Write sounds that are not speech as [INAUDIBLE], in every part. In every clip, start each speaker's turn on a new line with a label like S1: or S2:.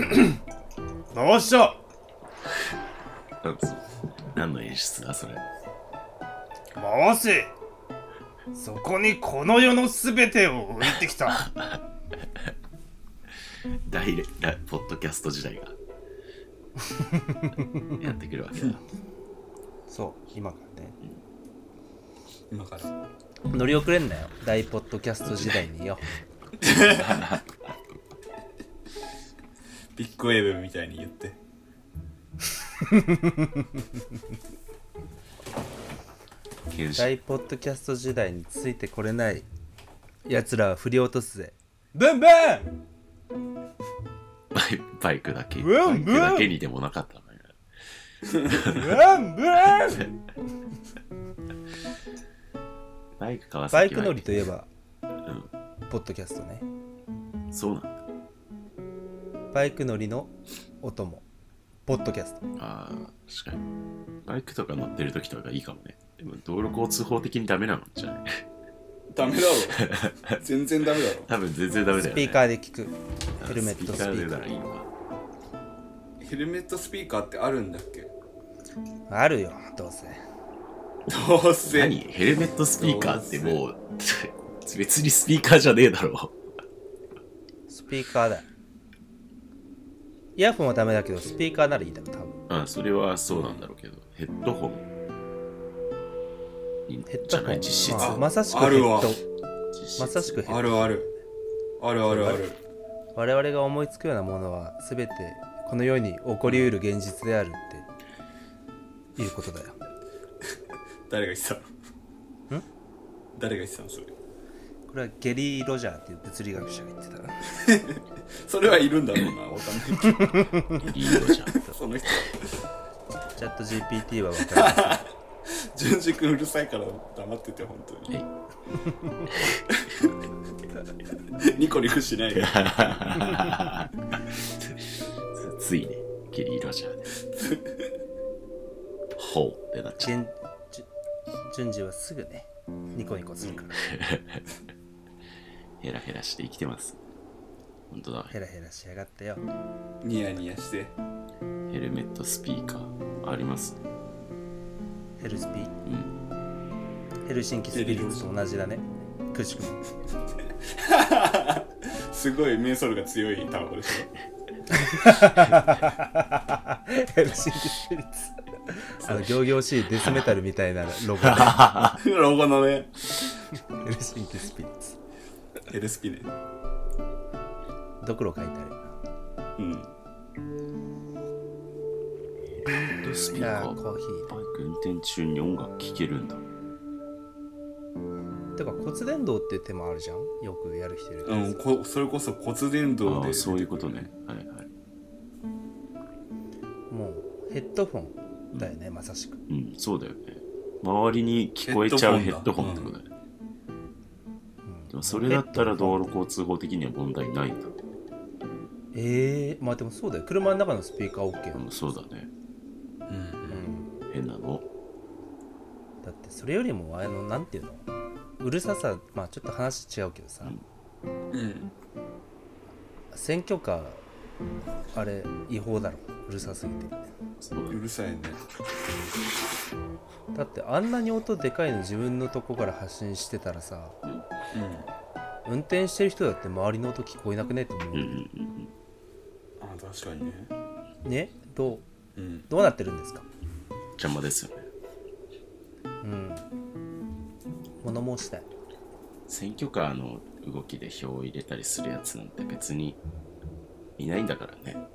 S1: よっしゃ
S2: 何の演出だそれ
S1: 回せそこにこの世のすべてを置いてきた
S2: 大レ大ポッドキャスト時代が [LAUGHS] やってくるわけだ
S1: そう今からね
S3: 今から
S1: 乗り遅れんなよ大ポッドキャスト時代によ
S3: ビッグウェーブみたいに言って
S2: 研修
S1: 大ポッドキャスト時代についてこれないやつらは振り落とすぜ [LAUGHS] ブンブン
S2: バイバイクだけ
S1: うわうわ
S2: バイクだけにでもなかったのよ
S1: ブンブン
S2: バイク川
S1: [LAUGHS] バイ
S2: 崎
S1: ク乗りといえば
S2: うん
S1: ポッドキャストね
S2: そうなんだ
S1: バイク乗りのお供ポッドキャスト
S2: あー確かにバイクとか乗ってる時とかいいかもねでも道路交通法的にダメなのじゃない
S3: ダメだ [LAUGHS] ろ全然ダメだろ
S2: [LAUGHS] 多分全然ダメだよ、ね、
S1: スピーカーで聞く
S2: あ
S1: ヘルメットスピ
S2: スピーカー
S1: ー
S2: でな
S1: カ
S2: らいいのか
S3: ヘルメットスピーカーってあるんだっけ
S1: ーあるよどうせ
S3: どうせ
S2: 何ヘルメットスピーカーってもう [LAUGHS] 別にスピーカーじゃねえだろ
S1: スピーカーだイヤホンはダメだけどスピーカーならいいだろ多分
S2: うんそれはそうなんだろうけどヘッドホン
S1: ヘッ
S2: じ
S1: ド
S2: ゃな
S1: ホ
S2: い
S1: ン
S2: 実質
S1: まあまさしくヘ
S3: ある
S1: ッ
S3: わ
S1: ド
S2: 実質
S1: まさしくヘッ
S3: あ
S1: ド
S3: るあるあるあるある
S1: 我々が思いつくようなものは全てこの世に起こりうる現実であるっていうことだよ
S3: 誰が言ってたの
S1: ん
S3: 誰が言ってたのそれ
S1: これはゲリー・ロジャーっていう物理学者が言ってたな
S3: それはいるんだろうなわかんないけ
S2: いいのじゃん
S3: どその人
S1: チャット GPT は分かります
S3: 純次君うるさいから黙ってて本当 [LAUGHS] にニコニコしないで
S2: [LAUGHS] ついね、ゲリー・ロジャーで。ほうってなっちゃ
S1: 順順順次はすぐねニコニコするから
S2: う。ヘラヘラして生きてます。本当だ、
S1: ヘラヘラしやがってよ
S3: ニヤニヤして
S2: ヘルメットスピーカーありますね。
S1: ヘルスピ
S2: うん。
S1: ヘルシンキスピリッツと同じだねくしくも
S3: すごいメンソールが強いタオルでし
S1: ヘルシンキスピリッツあの仰々しいデスメタルみたいなロ [LAUGHS] ゴ
S3: ょロゴのね
S1: ヘルシンキスピリッツ
S3: ヘルスピね
S1: ドクロ書いてある
S3: うん
S2: ヘッドスピ
S1: じ
S2: ー
S1: ゃあ
S2: カ
S1: コーヒ
S2: ー。バイク運転中に音楽聴けるんだ。
S1: ーてか骨伝導っていう手もあるじゃんよくやる人いるけ
S3: う
S1: ど
S3: ん、こそれこそ骨伝導
S2: あ
S3: で
S2: あ、そういうことね。はいはい。
S1: もうヘッドフォンだよね、まさしく
S2: うん、そうだよね。周りに聞こえちゃうヘ
S3: ヘ
S2: ッ
S3: ッ
S2: ド
S3: ド
S2: ホ
S3: ホ
S2: ン
S3: ンだ
S2: ってことだよね。でもそれだったら道路交通法的には問題ないんだ。
S1: ええー、まあでもそうだよ車の中のスピーカー OK よ、
S2: うん、そうだね。
S3: うん
S1: うん、
S2: 変なの。
S1: だってそれよりもあのなんていうのうるささまあちょっと話違うけどさ、
S2: うん
S3: うん
S1: 選挙カーあれ違法だろうるさすぎて
S2: そうだ
S3: う
S2: ね。
S3: るさいね
S1: だってあんなに音でかいの自分のとこから発信してたらさ
S3: うん
S1: 運転してる人だって周りの音聞こえなくねって思
S2: うんうん
S1: う、
S2: うん。
S3: あ確かにね
S1: ねどう
S3: うん
S1: どうなってるんですか
S2: 邪魔ですよね
S1: うん物申したい
S2: 選挙カーの動きで票を入れたりするやつなんて別にいないんだからね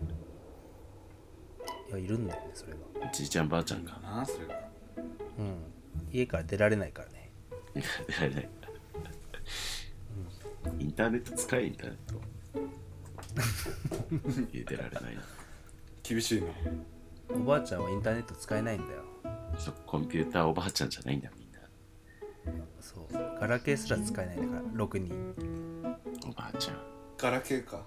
S1: いやいるんだよねそれは
S2: じいちゃんばあちゃん
S3: なん
S2: が
S3: かなそれが
S1: うん家から出られないからね
S2: 出られないインターネット使えインターネ [LAUGHS] ット家出られないな
S3: 厳しいな
S1: おばあちゃんはインターネット使えないんだよ
S2: そコンピューターおばあちゃんじゃないんだみんな
S1: そうガラケーすら使えないんだからろくにうん
S2: おばあちゃん
S3: ガラケーか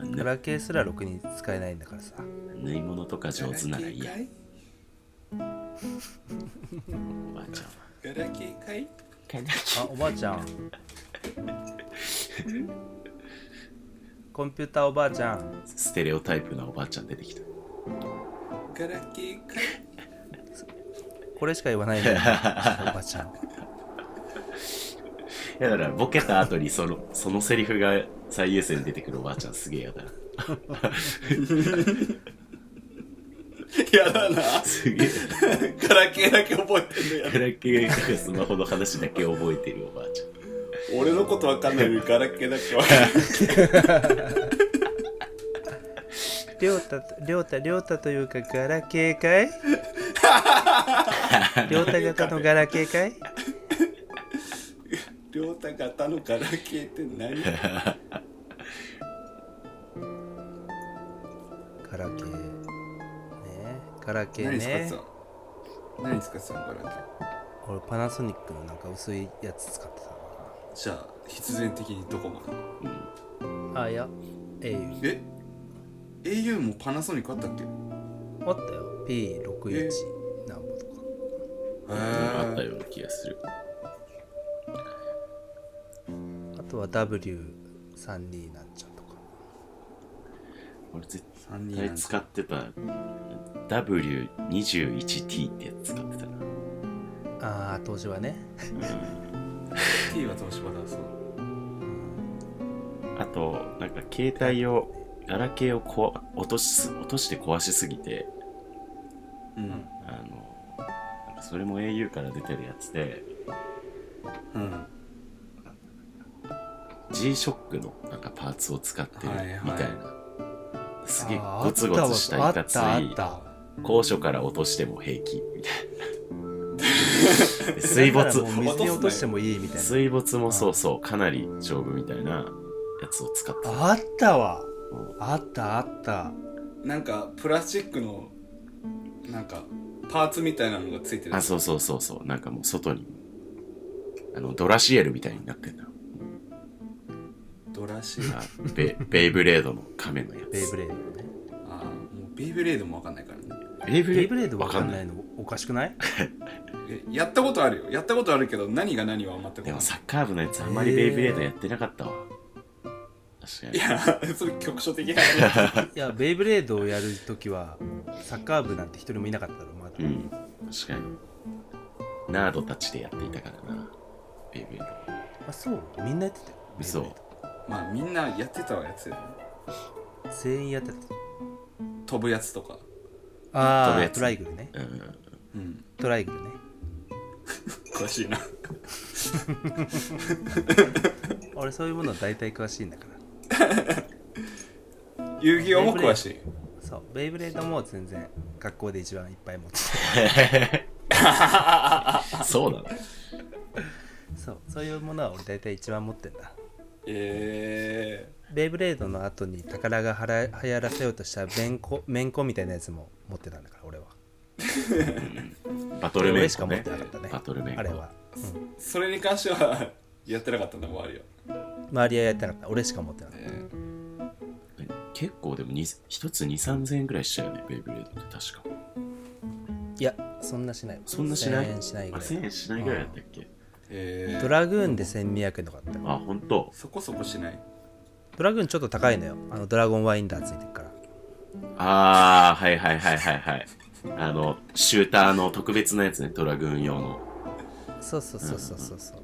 S2: なん
S1: ガ
S2: で
S1: ラケーすらろくに使えないんだからさ
S2: 縫い物とか上手ならいいやおばあちゃんは
S3: ガラケーかい
S1: あおばあちゃんコンピューターおばあちゃん
S2: ステレオタイプなおばあちゃん出てきた。
S3: ガラケーか
S1: これしか言わないねおばあちゃん
S2: いやだからボケた後にその [LAUGHS] そのセリフが最優先に出てくるおばあちゃんすげえやだな。
S3: やだな [LAUGHS]
S2: すげえ。
S3: ガラケーだけ覚えてんのや
S2: ガラケーからスマホの話だけ覚えてるおばあちゃん。
S3: 俺のことわかんないのにガラケーだけわかんない
S1: りょうたりょうたりょうたというかガラケー [LAUGHS] かいりょうた型のガラケーかい
S3: 両太型のガラケーって
S2: [LAUGHS]
S3: 何
S1: ガラケーねガラケー
S3: 何
S1: ね
S3: 使ってたの何使ってたのガラケー
S1: 俺パナソニックのなんか薄いやつ使って
S3: じゃあ必然的にドコモかな
S1: たあいやえい
S3: え au もパナソニックあったっけへ
S1: あったよ P61
S3: え
S1: なんぼとか
S2: あった
S3: え
S2: ような気がする。
S1: あとは W32 なんちゃとか
S2: 俺絶
S3: 3人
S2: 対
S3: なん
S2: 使ってた W21T ってやつ使ってたな。
S1: ああ当時はね
S3: T は東芝だそう
S2: あと、なんか携帯を、ガラケーをこわ落としす落として壊しすぎて、
S3: うん
S2: あの、なんかそれも au から出てるやつで、
S3: うん
S2: G-SHOCK のなんかパーツを使ってるみたいな。
S3: はい
S2: すげえ
S1: あー
S2: ゴツゴツしたいかつい
S1: あったわあったあった
S2: 高所から落としても平
S1: [LAUGHS]
S2: 気みたいなで水
S1: だから
S2: 没
S1: もう水に落としてもいいみたいな
S2: 水没もそうそうかなり丈夫みたいなやつを使ってた
S1: あったわあったあった
S3: なんかプラスチックのなんかパーツみたいなのがついてる
S2: あそうそうそうそうなんかもう外にあのドラシエルみたいになってんだ
S3: ドラシー
S2: あベベイブレードの亀のやつ
S1: ベイブレードね
S3: あーもうビーブレードもわかんないからね
S2: ベイブ
S1: ベイブレードわ
S2: わ
S1: か
S2: か
S1: ん
S2: ん
S1: な
S2: ない
S1: いのおかし
S2: [LAUGHS]
S1: くない
S3: えやったことあるよやったことあるけど何が何は全く
S2: で
S3: わ
S2: も
S3: かんな
S2: サッカー部のやつあんまりベイブレードやってなかったわ確かに
S3: いいや [LAUGHS] それ局所的な話
S1: いやベイブレードをやるときはサッカー部なんて一人もいなかったろまだ、
S2: うん確かにナードたちでやっていたからなベイブレード
S1: あそうみんなやってたよベイブレー
S2: 嘘
S1: ド
S2: [LAUGHS]
S3: まあみんなやってたやつよ
S1: 全員やってた
S3: 飛ぶやつとか
S1: あ
S2: 飛ぶ
S1: あ
S2: やつ
S1: トライグルね
S2: うん
S3: うん
S1: トライグルね
S3: 詳しいな
S1: 俺そういうものは大体詳しいんだから
S3: 遊戯王も
S2: [LAUGHS]
S3: 詳しい
S1: そうベイブレードも全然学校で一番いっぱい持って
S2: そうなの
S1: たそうそういうものは俺大体一番持ってんだ
S3: え
S1: ベイブレードの後に宝がはら流行らせようとしためんこめんこみたいなやつも持ってたんだから俺は
S2: バトルメ
S1: 俺
S2: イ
S1: し
S2: ク
S1: か持っ
S2: ね
S1: てなかったね
S2: バトルメイク
S1: あれは、
S3: ー、それに関してはやってなかったんだ周りは、
S1: うん、周りはやってなかった俺しか持ってなかっ
S3: えー
S2: 結構でもに一つ2 3 0 0円ぐらいしたよねベイブレードって確か
S1: たいやそんなしない
S2: そんなしない
S1: 1000円しないぐ
S2: あ
S1: らい
S2: 1000円しないぐらいだったっけ
S3: え
S1: ド
S3: ー、
S1: ラグーンで1200円とかあったよ
S2: あ本当。
S3: そこそこしない
S1: ドラグーンちょっと高いのよあのドラゴンワインダーついてるから
S2: ああはいはいはいはいはいあのシューターの特別なやつねドラグーン用の
S1: そうそうそうそうそうそう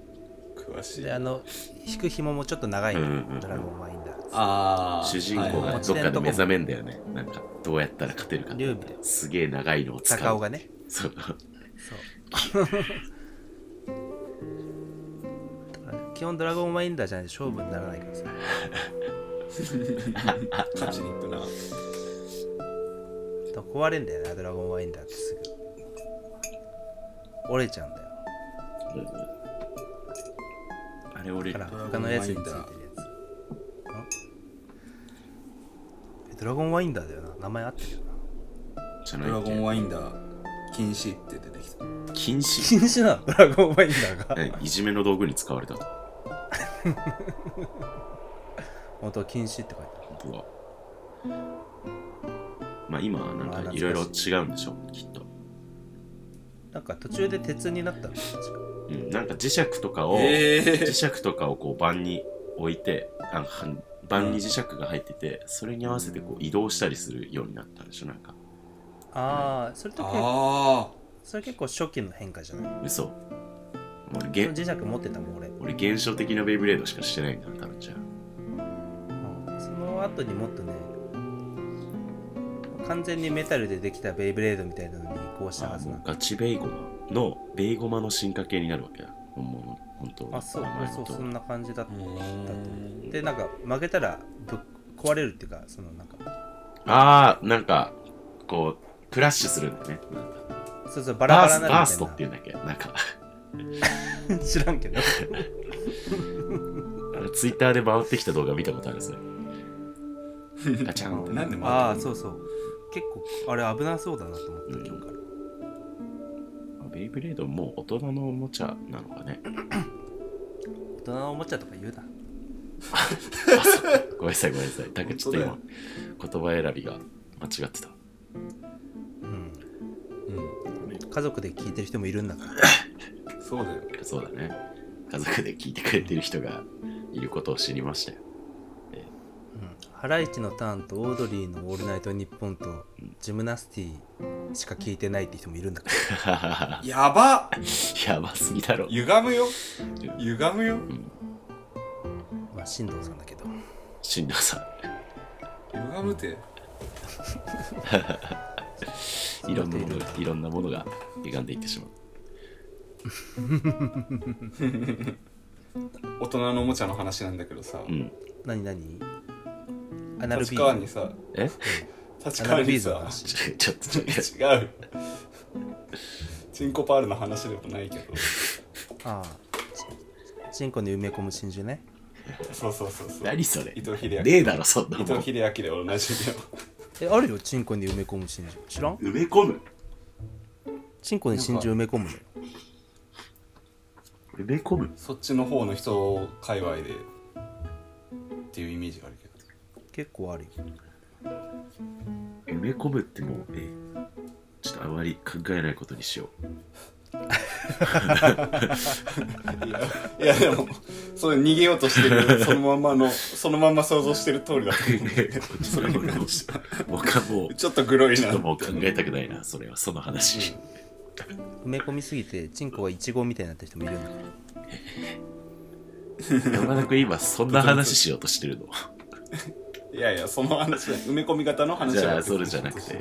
S3: 詳しい
S1: であの引く紐もちょっと長いのよ
S2: うんうんうん
S1: ドラゴンワインダーつ
S3: あー
S2: 主人公
S3: はい
S2: が
S3: はい
S2: どっかで目覚めんだよねなんかどうやったら勝てるかって
S1: 劉備
S2: すげえ長いのを使う
S1: 高尾がね
S2: そう
S1: そうだから基本ドラゴンワインダーじゃないと勝負にならないからさ
S3: 勝ちに行くな
S1: ちょっと壊れんだよなドラゴンワインダーってすぐ折れちゃうんだよ
S2: うんあれ俺
S1: だから
S3: ドラゴン
S1: 他のやつについてるやつんえドラゴンワインダーだよな名前あったけどな
S2: じゃ
S3: ドラ
S2: ないっ
S3: ゴ
S2: け
S3: ンワインダー禁止って出てきた
S2: 禁止
S1: 禁止なのドラゴンワインダーが
S2: えいじめの道具に使われたと
S1: 本当は禁止って書いてある
S2: うわまあ今は
S1: まあ
S2: なんかいろいろ
S1: 懐か
S2: 違うんでしょうきっと、
S1: なんか途中で鉄になったの確か
S2: うん、なんか磁石とかを、
S3: え
S2: 磁石とかをこう盤に置いてあのは盤に磁石が入ってて、それに合わせてこう移動したりするようになったんでしょなんか
S1: ああそれと結構
S3: あ
S1: それ結構初期の変化じゃない
S2: 嘘俺
S1: その
S2: げ
S1: 磁石持ってたもん俺、う
S2: 俺現象的なベイブレードしかしてないんだな多分じゃ
S1: んその後にもっとね完全にメタルでできたベイブレードみたいなのに移行した
S2: あ
S1: は
S2: あ
S1: ず
S2: も
S1: な
S2: うん
S1: だ
S2: ガチベイゴマのベイゴマの進化系になるわけだ本物の本当の
S1: あそう
S2: 名前
S1: そう
S2: と
S1: そんな感じだった
S3: ーうん
S1: でなんか負けたらぶっ壊れるっていうかそのなんか
S2: ああなんかこうクラッシュするんだよねなんか
S1: そうそうバラバラになる
S2: バー
S1: み
S2: ス
S1: た
S2: バーストってい
S1: い
S2: うんだっけなんか
S1: な知らんけど
S2: あれツイッターで回ってきた動画見たことある
S1: [LAUGHS]
S2: それガチャンって
S3: なんでも
S1: ああ
S3: う
S1: そうそう結構あれ危なそうだなと思った今から
S2: ベイブレードもう大人のおもちゃなのかね
S1: 大人のおもちゃとか言うな
S2: ごめんなさいごめんなさいなんかちょっと今言葉選びが間違ってた
S1: うん
S3: う
S1: 家族で聞いてる人もいるんだから
S3: んそうだよ
S2: そうだね家族で聞いてくれてる人がいることを知りましたよ [LAUGHS]
S1: ハライチのターンとオードリーの「オールナイトニッポン」とジムナスティしか聞いてないって人もいるんだか
S3: やばっ
S2: やばすぎだろ、
S3: 歪むよ歪むよ
S2: うん、
S1: らまあ進藤さんだけど
S2: 新藤さ
S3: 歪むて
S2: んいろんなものがいろんなものが歪んでいってしまう
S3: 大人のおもちゃの話なんだけどさ
S2: うん
S1: 何何アナル
S3: 立
S1: ビ
S3: 川
S1: ー
S3: に
S1: ズ
S3: さ
S2: え [LAUGHS]
S3: 立川
S1: ア
S3: に
S1: ナル
S3: さ
S1: ビ
S2: ちょちょっとちょっと
S3: 違うチンコパールの話でもないけど
S1: ああちチンコに埋め込む真珠ね
S3: そうそうそうそう
S2: 何それ
S3: 伊藤英明
S2: ねえだろそんなも
S3: 伊
S2: ん
S3: 藤
S2: 埋
S3: 英明でおなじみ
S1: え
S3: の
S1: あるよチンコに埋め込む真珠知らん
S2: め込む
S1: チンコに真珠埋め込むのよ
S2: 埋め込む
S3: そっちの方の人界隈でっていうイメージがあるけど
S1: 結構あるよ
S2: 埋め込むってもうえちょっとあまり考えないことにしよ [LAUGHS] う
S3: いやいやでもそれ逃げようとしてるそのまんまのそのまんま想像してる通りだと思うそれも
S2: も僕は [LAUGHS] もう
S3: ちょっとグロい
S2: ちょっ
S3: な
S2: ともう考えたくないなそれはその話、
S1: 埋め込みすぎてチンコがイチゴみたいになってる人もいるんだから
S2: 山田君今そんな話しようとしてるの
S3: いやいやその話だ埋め込み型の話
S2: じ
S3: だ
S2: ゃあそれじゃなくて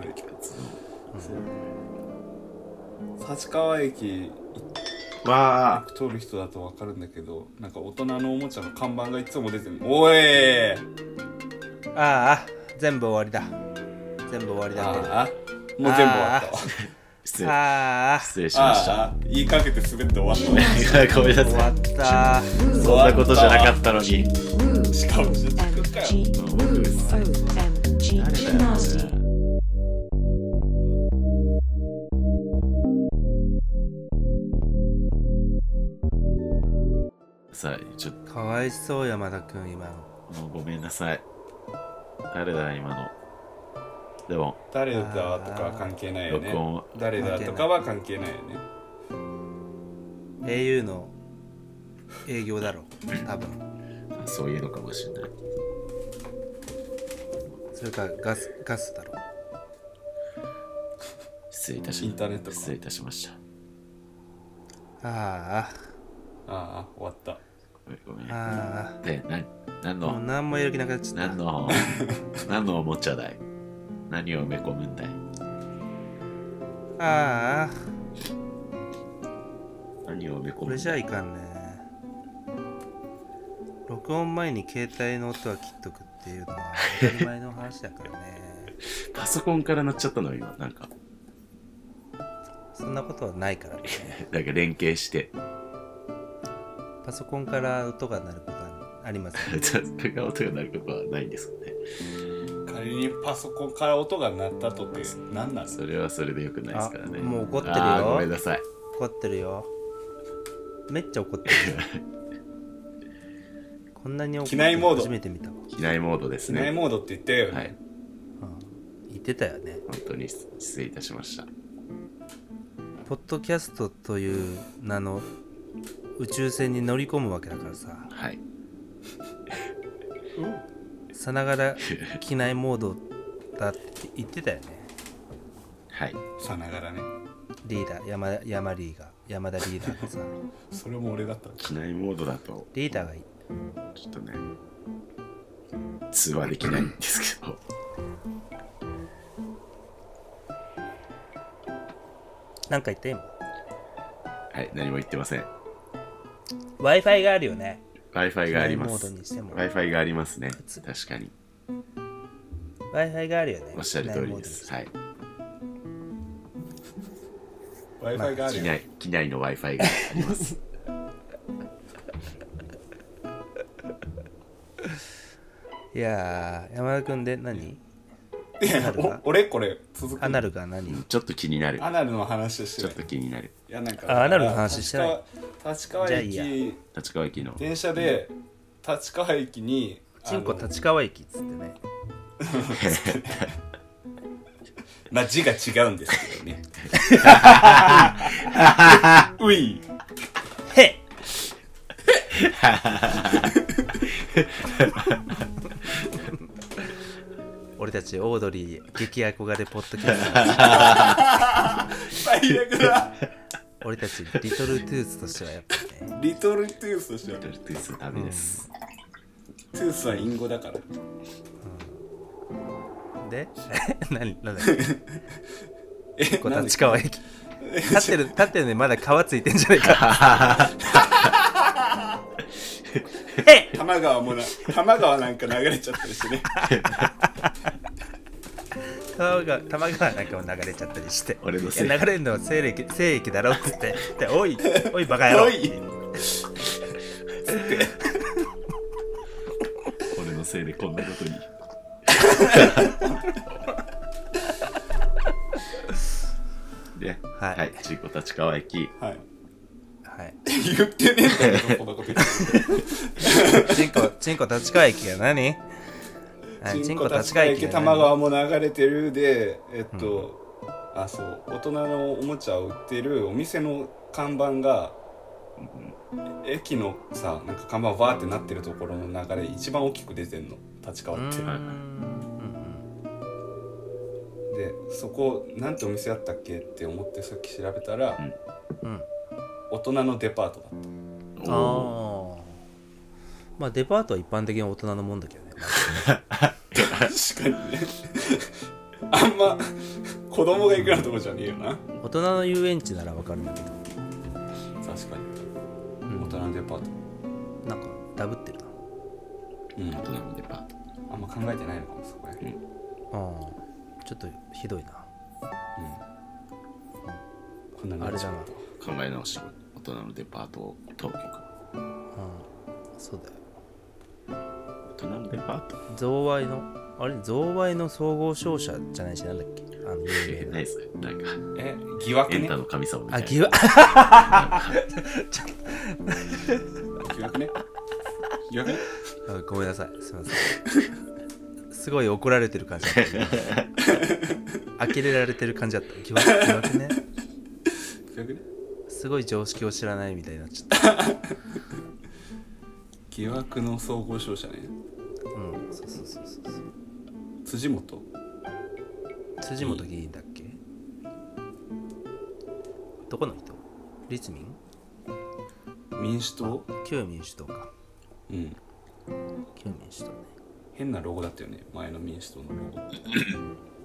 S3: 立川駅
S2: まあ
S3: 通る人だと分かるんだけどなんか大人のおもちゃの看板がいつも出てるおい
S1: ああ全部終わりだ全部終わりだね
S3: ああもう全部終わったわ
S2: 失礼
S1: ああ
S2: 失礼しまし
S3: あ
S2: た
S3: あ言いかけて滑って終わったわ
S2: [LAUGHS] ごめんな
S1: 終
S2: さ
S1: わ
S2: い
S1: った
S2: そんなことじゃなかったのに
S3: しかも自宅かよ
S4: OMG
S2: 誰だよこれさあちょっ
S1: かわいそう山田君今の
S2: ともうごめんなさい誰だ今のでも
S3: 誰だとかは関係ないよね
S2: 録音
S3: 誰だとかは関係ないよね
S1: au の営業だろ多分
S2: あそういうのかもしれない
S1: それかガスガスだろ
S2: 失礼いたし
S3: インターネットか
S2: 失礼いたしました
S1: あ
S3: ああ終わった
S2: ごめんごめん
S1: ああ
S2: でな何
S1: あも
S2: の
S1: う何もやる気なくなっちゃっ
S2: 何
S1: た
S2: [LAUGHS] の何のおもちゃだい何を埋め込むんだい
S1: ああ
S2: 何を埋め込
S1: こ
S2: む
S1: れ
S2: ん
S1: じ
S2: だ
S1: ゃ
S2: い
S1: いかんね録音前に携帯の音は切っとくっていうのは当たり前の話だから
S3: [LAUGHS]
S1: ね
S2: パソコンから鳴っちゃったの今なんか
S1: そんなことはないからね
S2: なんか連携して [LAUGHS]
S1: パソコンから音が鳴ることはありませ
S3: [LAUGHS]
S1: ん
S2: 雑貨が音が鳴ることはないんですかね
S3: 仮にパソコンから音が鳴ったとって何なん
S2: それはそれでよくないですからね
S1: あもう怒ってるよ
S2: あーごめんなさい
S1: 怒ってるよめっちゃ怒ってるよこんなに怒って
S3: 機内
S1: るの
S3: モード
S1: 初めて見たわ、
S2: 機内モードです
S3: 機内
S2: ね
S3: モードって言ったよ、
S2: はい
S1: うん、言ってたよね
S2: 本当に失失礼いたしました
S1: ポッドキャストという名の宇宙船に乗り込むわけだからさ
S2: はい
S1: さながら機内モードだって言ってたよね
S2: はい。
S3: さながらね
S1: リーダー山山リーが山田リーダーってさ
S3: それも俺だったら
S2: 機内モードだと、
S1: リーダーが
S2: ちょっとね、通話できないんですけど。
S1: なんか言った今
S2: [LAUGHS] はい、何も言ってません。
S1: w i f i があるよね
S2: Wi-Fi がありま
S1: 機内モー
S2: す
S1: ド。にしても w
S2: Wi-Fi がありますね。確かに。
S1: i f i があるよね
S2: おっしゃる通りで
S1: 機
S2: す。
S1: 内モードにして
S2: はい。
S3: w i f i がある
S2: 機
S3: よ、
S2: 内、機内の Wi-Fi があります。
S1: いやー山田君で何
S3: いや
S1: ルが
S3: お俺これ続く
S1: アナルが何、
S2: ちょっと気になる。
S3: アナルの話して
S2: ちょ
S3: な
S2: っ
S3: い
S2: と気になる。
S3: いやなんか
S1: あアナルの話してない
S3: 立川立川
S1: じゃあい
S3: 駅
S2: 立川駅の。
S3: 電車で立川駅に
S1: チンコ
S3: あの
S1: 立川駅っつってね
S3: まあ字が違うんですけど
S1: [LAUGHS]
S3: ね [LAUGHS] うい
S1: へっ俺たちオードリー激憧れポッドキャス [LAUGHS] ト
S3: 最悪だ
S1: 俺たちリトルトゥースとしてはやっぱね
S3: リトルトゥースとしては
S2: トゥースダメです。
S3: トゥースは隠語だから [LAUGHS]
S1: で何なんだっけ
S3: え
S1: こう
S3: なんだっけ
S1: 立川駅立ってる立ってるねまだ皮ついてんじゃないか
S3: [LAUGHS]
S1: [LAUGHS]
S3: 多摩川もな多摩川なんか流れちゃったりしてね
S1: 皮が玉川なんかも流れちゃったりして
S2: 俺のせ
S1: い
S2: い
S1: や流れるのは西暦西暦だろっつってでおいおいバカ野郎
S3: おい
S2: 俺のせいでこんなことに。で、
S1: は
S2: はいい、中古立川駅。
S3: はい
S1: はい
S3: 言ってねえんだけどこんなこと言って
S1: チンコチンコ立川駅が何はい
S3: チンコ立川駅多摩川も流れてるでえっと、あそう大人のおもちゃを売ってるお店の看板が駅のさなんか看板わーってなってるところの流れ一番大きく出てんの立川って
S1: うーん
S2: はい
S3: でそこなんてお店あったっけって思ってさっき調べたら、
S1: うんうんうん
S3: 大人のデパートだ
S2: お
S1: あ
S2: ー
S1: あまあデパートは一般的に大人のもんだけどね、
S3: 確かにねあんま子供が行くようなとこじゃねえよな
S1: 大人の遊園地ならわかるんだけど、
S3: 確かに
S1: うん
S3: 大人のデパート
S1: なんかダブってるな
S3: うん
S2: 大人のデパート。
S3: あんま考えてないのかもそこら辺
S1: ああちょっとひどいな
S3: こんなになっちゃうと
S2: 考え直しろ大人のデパート当局。
S1: うんそうだよ
S2: 大人のデパート
S1: 贈賄のあれ贈賄の総合商社じゃないしなんだっけあの有名
S2: 何
S1: な
S2: それなんか、
S3: え疑惑
S2: エ
S3: ね
S2: ンタの神
S1: [LAUGHS]
S2: 様みたいな。
S1: あ疑惑
S3: 疑惑ね疑惑ね
S1: あごめんなさいすいませんすごい怒られてる感じだ [LAUGHS] った呆れられてる感じだった疑惑疑惑ね
S3: 疑惑ね
S1: すごい常識を知らないみたいになっちゃった
S3: 疑惑の総合商社ね
S1: うんそうそうそうそうそう
S3: 辻元
S1: 辻元議員だっけどこの人立民
S3: 民主党
S1: 旧民主党か
S3: うん
S1: 旧民主党ね
S3: 変なロゴだったよね前の民主党のロゴ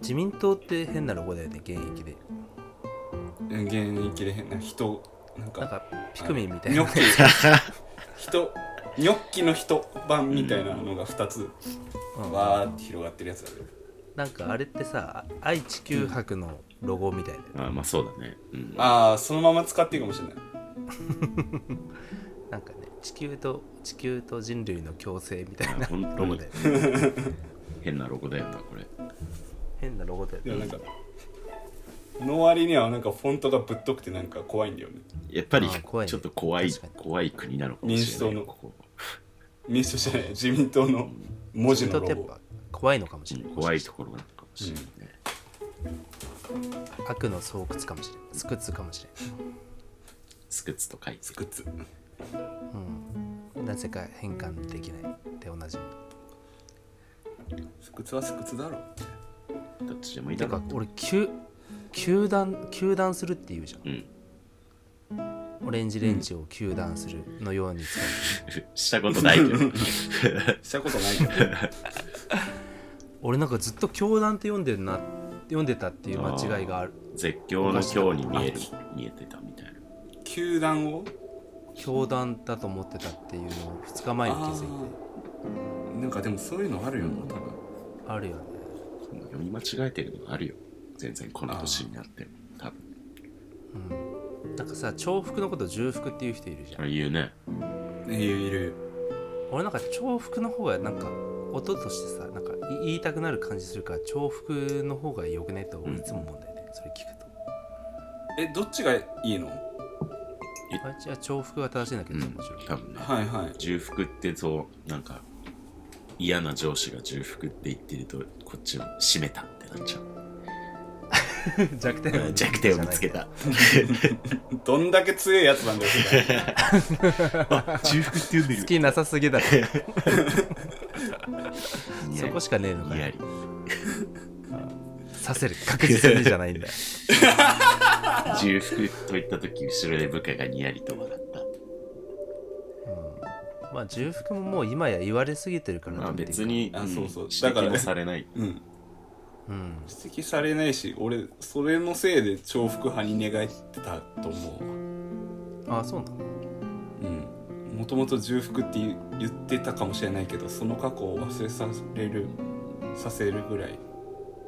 S1: 自民党って変なロゴだよね現役で
S3: うん現役で変な人なんか
S1: なんかピクミンみたい
S3: ニ
S1: な
S3: ョッキ [LAUGHS] 人ニョッキの人版みたいなのが2つ
S1: うん
S3: わーって広がってるやつだね
S1: なんかあれってさ愛・地球博のロゴみたいだよね
S2: あまあそうだね。うん。
S3: ああそのまま使っていいかもしれない
S1: なんかね地球と地球と人類の共生みたいな
S2: ほんとに
S1: ロゴで
S2: 変なロゴだよな、これ。
S1: 変なロゴで
S3: でもなんかの割にはなんかフォントがぶっとくてなんか怖いんだよね
S2: やっぱり
S1: あー怖いね
S2: ちょっと怖い
S1: 確かに
S2: 怖い国なのかもしれない
S3: 民主党の
S2: ここ
S3: 民主党じゃない自民党の文字のロ
S1: やっ
S3: ゴ
S1: ぱ怖いのかもし
S2: う
S1: れない
S2: ん怖いところなのかもしれないね、
S1: 悪の巣窟かもしれないスクッツかもし
S2: スクッツと書いて
S3: スクッツ
S1: れないうんなぜか変換できないで同じ
S3: スクツはスクツだろ
S2: どっちでもいい
S1: て
S2: だ
S1: か
S2: ろ
S1: 俺球球団球団するって言うじゃん
S2: うん。
S1: オレンジレンジを球団するのように使う、
S2: したことないけど。
S3: したことないけど
S1: [LAUGHS] 俺なんかずっと教団って読んでるな読んでたっていう間違いがある
S2: 絶叫の今日に見える、見えてたみたいな。
S3: 球団を
S1: 教団だと思ってたっていうのを2日前に気
S3: あ
S1: づいて
S3: ーなんかでもそういうのあるよな多分
S1: あるよね
S2: 読み間違えてるのあるよ。全然この年になっても。多分。
S1: うんなんかさ重複のこと重複っていう人いるじゃん
S2: あ言うね。
S3: いるいる
S1: 俺なんか重複の方がなんか音としてさなんかい言いたくなる感じするから重複の方が良くねと
S2: うん
S1: いつも思うんだよね、それ聞くと
S3: えどっちがいいの
S1: あじゃあ重複が正しいんだけ
S2: う
S1: ど、
S2: ん
S1: もちろん。
S2: 多分ね。
S3: はいはい
S2: 重複ってそう、なんか、嫌な上司が重複って言ってると、こっちを締めたってなっちゃう。
S1: 弱点を
S2: 弱点を見つけた。
S3: どんだけ強いやつなんだよそれ
S2: あ、重複って言うんで
S1: 好
S2: [LAUGHS]
S1: きなさすぎだろ
S2: や
S1: そこしかねえのか
S2: いや
S1: よ
S2: り。
S1: させる確実にじゃない
S2: [LAUGHS]
S1: んだよ
S2: 重複と言った時後ろで部下がにやりと笑った
S1: まあ重複ももう今や言われすぎてるから
S2: まあ
S1: どうっていうか
S2: 別に
S3: あそうそうんだから
S2: 指摘もされない
S3: うん
S1: うん
S3: [LAUGHS] 指摘されないし俺それのせいで重複派に寝返ってたと思うわ
S1: ああそうなの
S3: うんもともと重複って言言ってたかもしれないけどその過去を忘れさせるさせるぐらい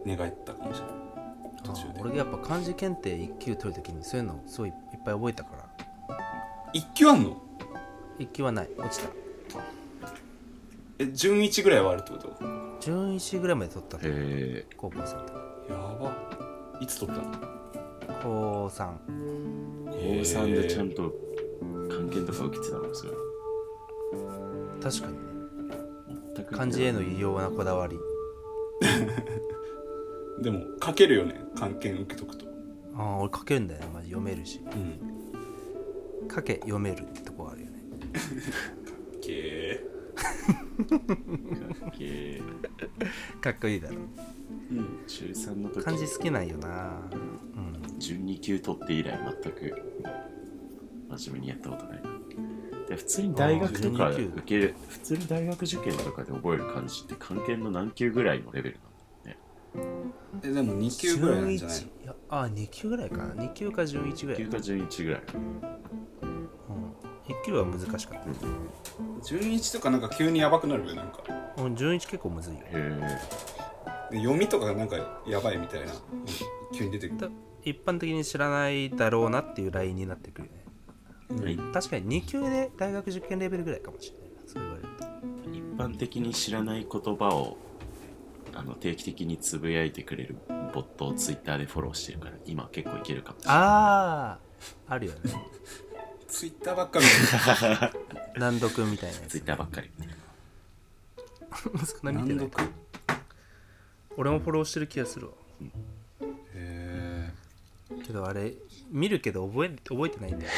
S3: 寝返ったかもしれない途中
S1: あ
S3: で
S1: 俺やっぱ漢字検定1級取るときにそういうのすごいいっぱい覚えたから
S3: 一級あんの
S1: 1級はない落ちた
S3: え準一ぐらいはあるってこと
S1: 準1ぐらいまで取ったの
S2: え
S1: 高校生
S3: やばいつ取ったの
S1: 高3
S2: ー、高三でちゃんと関係とか受けてたのすごい
S1: 確かにね
S2: 全く
S1: 漢字への異様なこだわり
S3: でも書けるよね関係受けとくと
S1: ああ俺書けるんだよねマジ読めるし
S3: うん
S1: 書け読めるってとこあるよね
S3: け
S2: 関係
S1: かっこいいだろ
S3: うん
S2: 中三の時
S1: 漢字好きなんよなうん
S2: 12級取って以来全く真面目にやったことないで普通に大学と
S1: あ
S2: か
S1: ー12級
S2: 受ける普通に大学受験とかで覚える漢字って関係の何級ぐらいのレベルなのね
S3: えでも二級ぐらいなんじゃないの
S1: 11いやああ2級ぐらいかな2級か11ぐらい、
S2: 9
S1: うん、
S2: か11ぐらい
S1: 1級は難しかっ
S3: 準一とかなんか急にやばくなるよなんか
S1: た、うん、11結構むずいよ
S2: へえ
S3: で読みとかなんかやばいみたいな急に出てくる
S1: だ一般的に知らないだろうなっていうラインになってくるよね
S2: はい
S1: 確かに2級で大学受験レベルぐらいかもしれないなそう言われると
S2: 一般的に知らない言葉をあの定期的につぶやいてくれるボットをツイッターでフォローしてるから今結構いけるかもしれない
S1: あああるよね [LAUGHS]
S3: ツイッターばっか見てる
S1: 難読みたいなや
S2: ツイ
S1: つ
S3: [LAUGHS]
S2: ッターばっかり見てる
S1: [LAUGHS] 少な見てない
S3: 難読
S1: 俺もフォローしてる気がするわ
S3: へ
S1: けどあれ見るけど覚え覚えてないんだよ、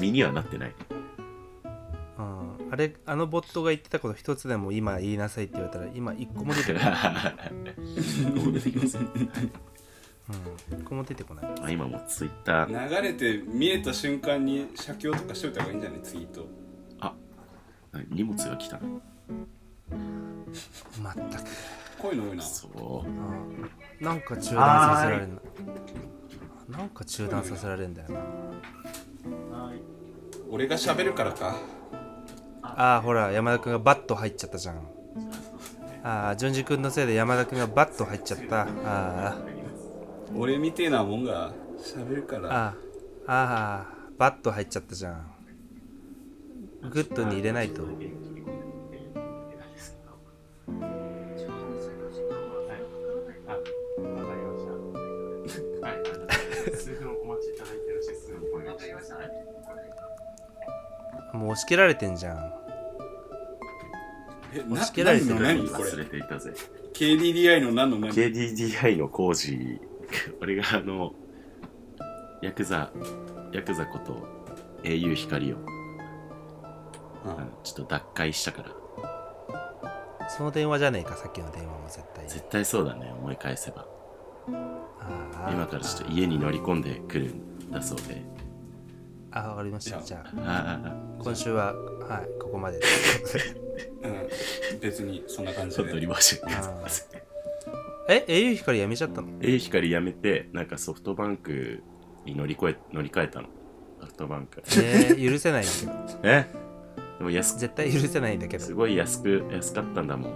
S2: 身にはなってない [LAUGHS]
S1: うん、あれあのボットが言ってたこと一つでも今言いなさいって言われたら今一個も出てこない、
S2: どう出てきます
S1: うん、一個も出てこない
S2: あ今もうツイッター
S3: 流れて見えた瞬間に写経とかしといた方がいいんじゃないツイート
S2: 荷物が来たの
S1: 全く
S3: こういうの多いな
S2: そう
S1: うんなんか中断させられるななんか中断させられるんだよな
S3: 俺が喋るからか
S1: ああほら山田君がバッと入っちゃったじゃんああ淳二君のせいで山田君がバッと入っちゃったああ
S3: 俺みてえなもんが喋るから
S1: ああああバッと入っちゃったじゃんグッドに入れないともう押し切られてんじゃん
S3: えな
S1: 押し切られてる
S3: 何の何これ
S2: 忘れていたぜ
S3: KDDI の何の何
S2: KDDI の工事俺があのヤクザヤクザこと au 光を
S3: う
S2: あの
S3: ん
S2: ちょっと脱会したから
S1: その電話じゃねえかさっきの電話も絶対
S2: 絶対そうだね思い返せば
S1: あー
S2: 今からちょっと家に乗り込んでくるんだそうで
S1: あーわかりましたじゃあ
S2: ああ
S1: 今週ははいここまでです
S3: うん、別にそんな感じ
S2: ちょっと
S3: で
S2: リバーシング
S1: あーえ au 光やめちゃったの
S2: A 光やめてなんかソフトバンクに乗り越え乗り換えたのソフトバンク
S1: えー、許せないんだけど
S2: えでも安く
S1: 絶対許せないんだけどず
S2: す
S1: っ
S2: ごい安く安かったんだもん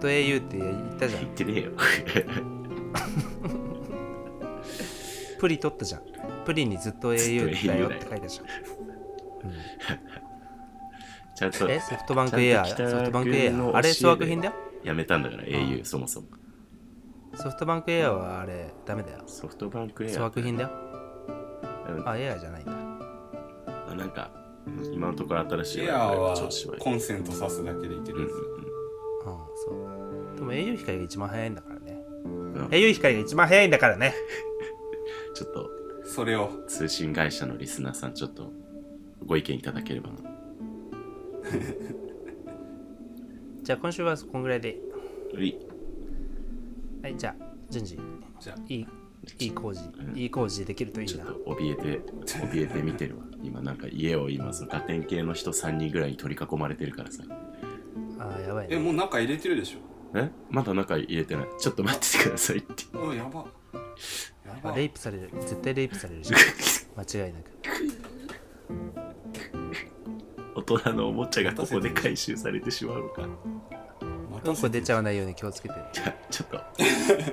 S1: と au って言ったじ
S2: [LAUGHS]
S1: ゃ
S2: 言っ
S1: ん
S2: てねえよ
S1: プリ取ったじゃんプリにずっと au だよって書いたじゃん、
S2: [LAUGHS]
S1: うん
S2: ちゃんと
S1: えソフトバンクエア
S2: ちゃんと北
S1: ソフトバンクエ
S2: 君の教え
S1: ア
S2: で
S1: あれ粗悪品だよ
S2: やめたんだから
S1: ん
S2: au そもそも
S1: ソフトバンクエアはあれダメだよ
S2: ソフトバンクエ
S1: 粗
S2: ア
S1: 悪品だよ
S2: うん
S1: あエアじゃないんだ
S2: あなんか今のところ新しい
S3: エアは
S2: 調子はいい
S3: コンセント挿すだけでいけ
S2: うん
S3: る
S2: う
S3: や
S2: ん
S3: つ
S1: ああそうでも au 光が一番早いんだからね、
S2: うん
S1: au 光が一番早いんだからね
S2: うんちょっと
S3: それを
S2: 通信会社のリスナーさんちょっとご意見いただければと
S1: じゃあ今週はこんぐらいで
S2: うい
S1: はいじゃあ順次
S3: じゃあ
S1: いいいい工事
S2: ん
S1: いい工事できるといい
S2: ちょ
S1: な
S2: っと怯えて、怯えて見てるわ。今なんか家を今、そのガテン系の人3人ぐらいに取り囲まれてるからさ。
S1: ああやばい
S3: え
S1: ね
S3: もう中入れてるでし
S2: えまだ中入れてない。ちょっと待っててくださいって。
S3: ょあやばやば
S1: あレイプされる絶対レイプされ
S3: [LAUGHS]
S1: るじゃん間違いなく
S2: 大人のおもちゃがここで回収されてしまうのか。
S3: ま
S1: うんこ出ち
S3: ゃ
S1: ゃわないように気をつけては
S2: じゃあ、ちょっと、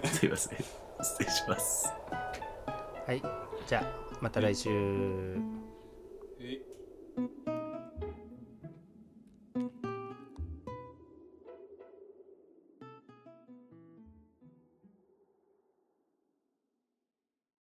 S2: すいません。失礼します。
S1: いじゃあまた来週、
S3: う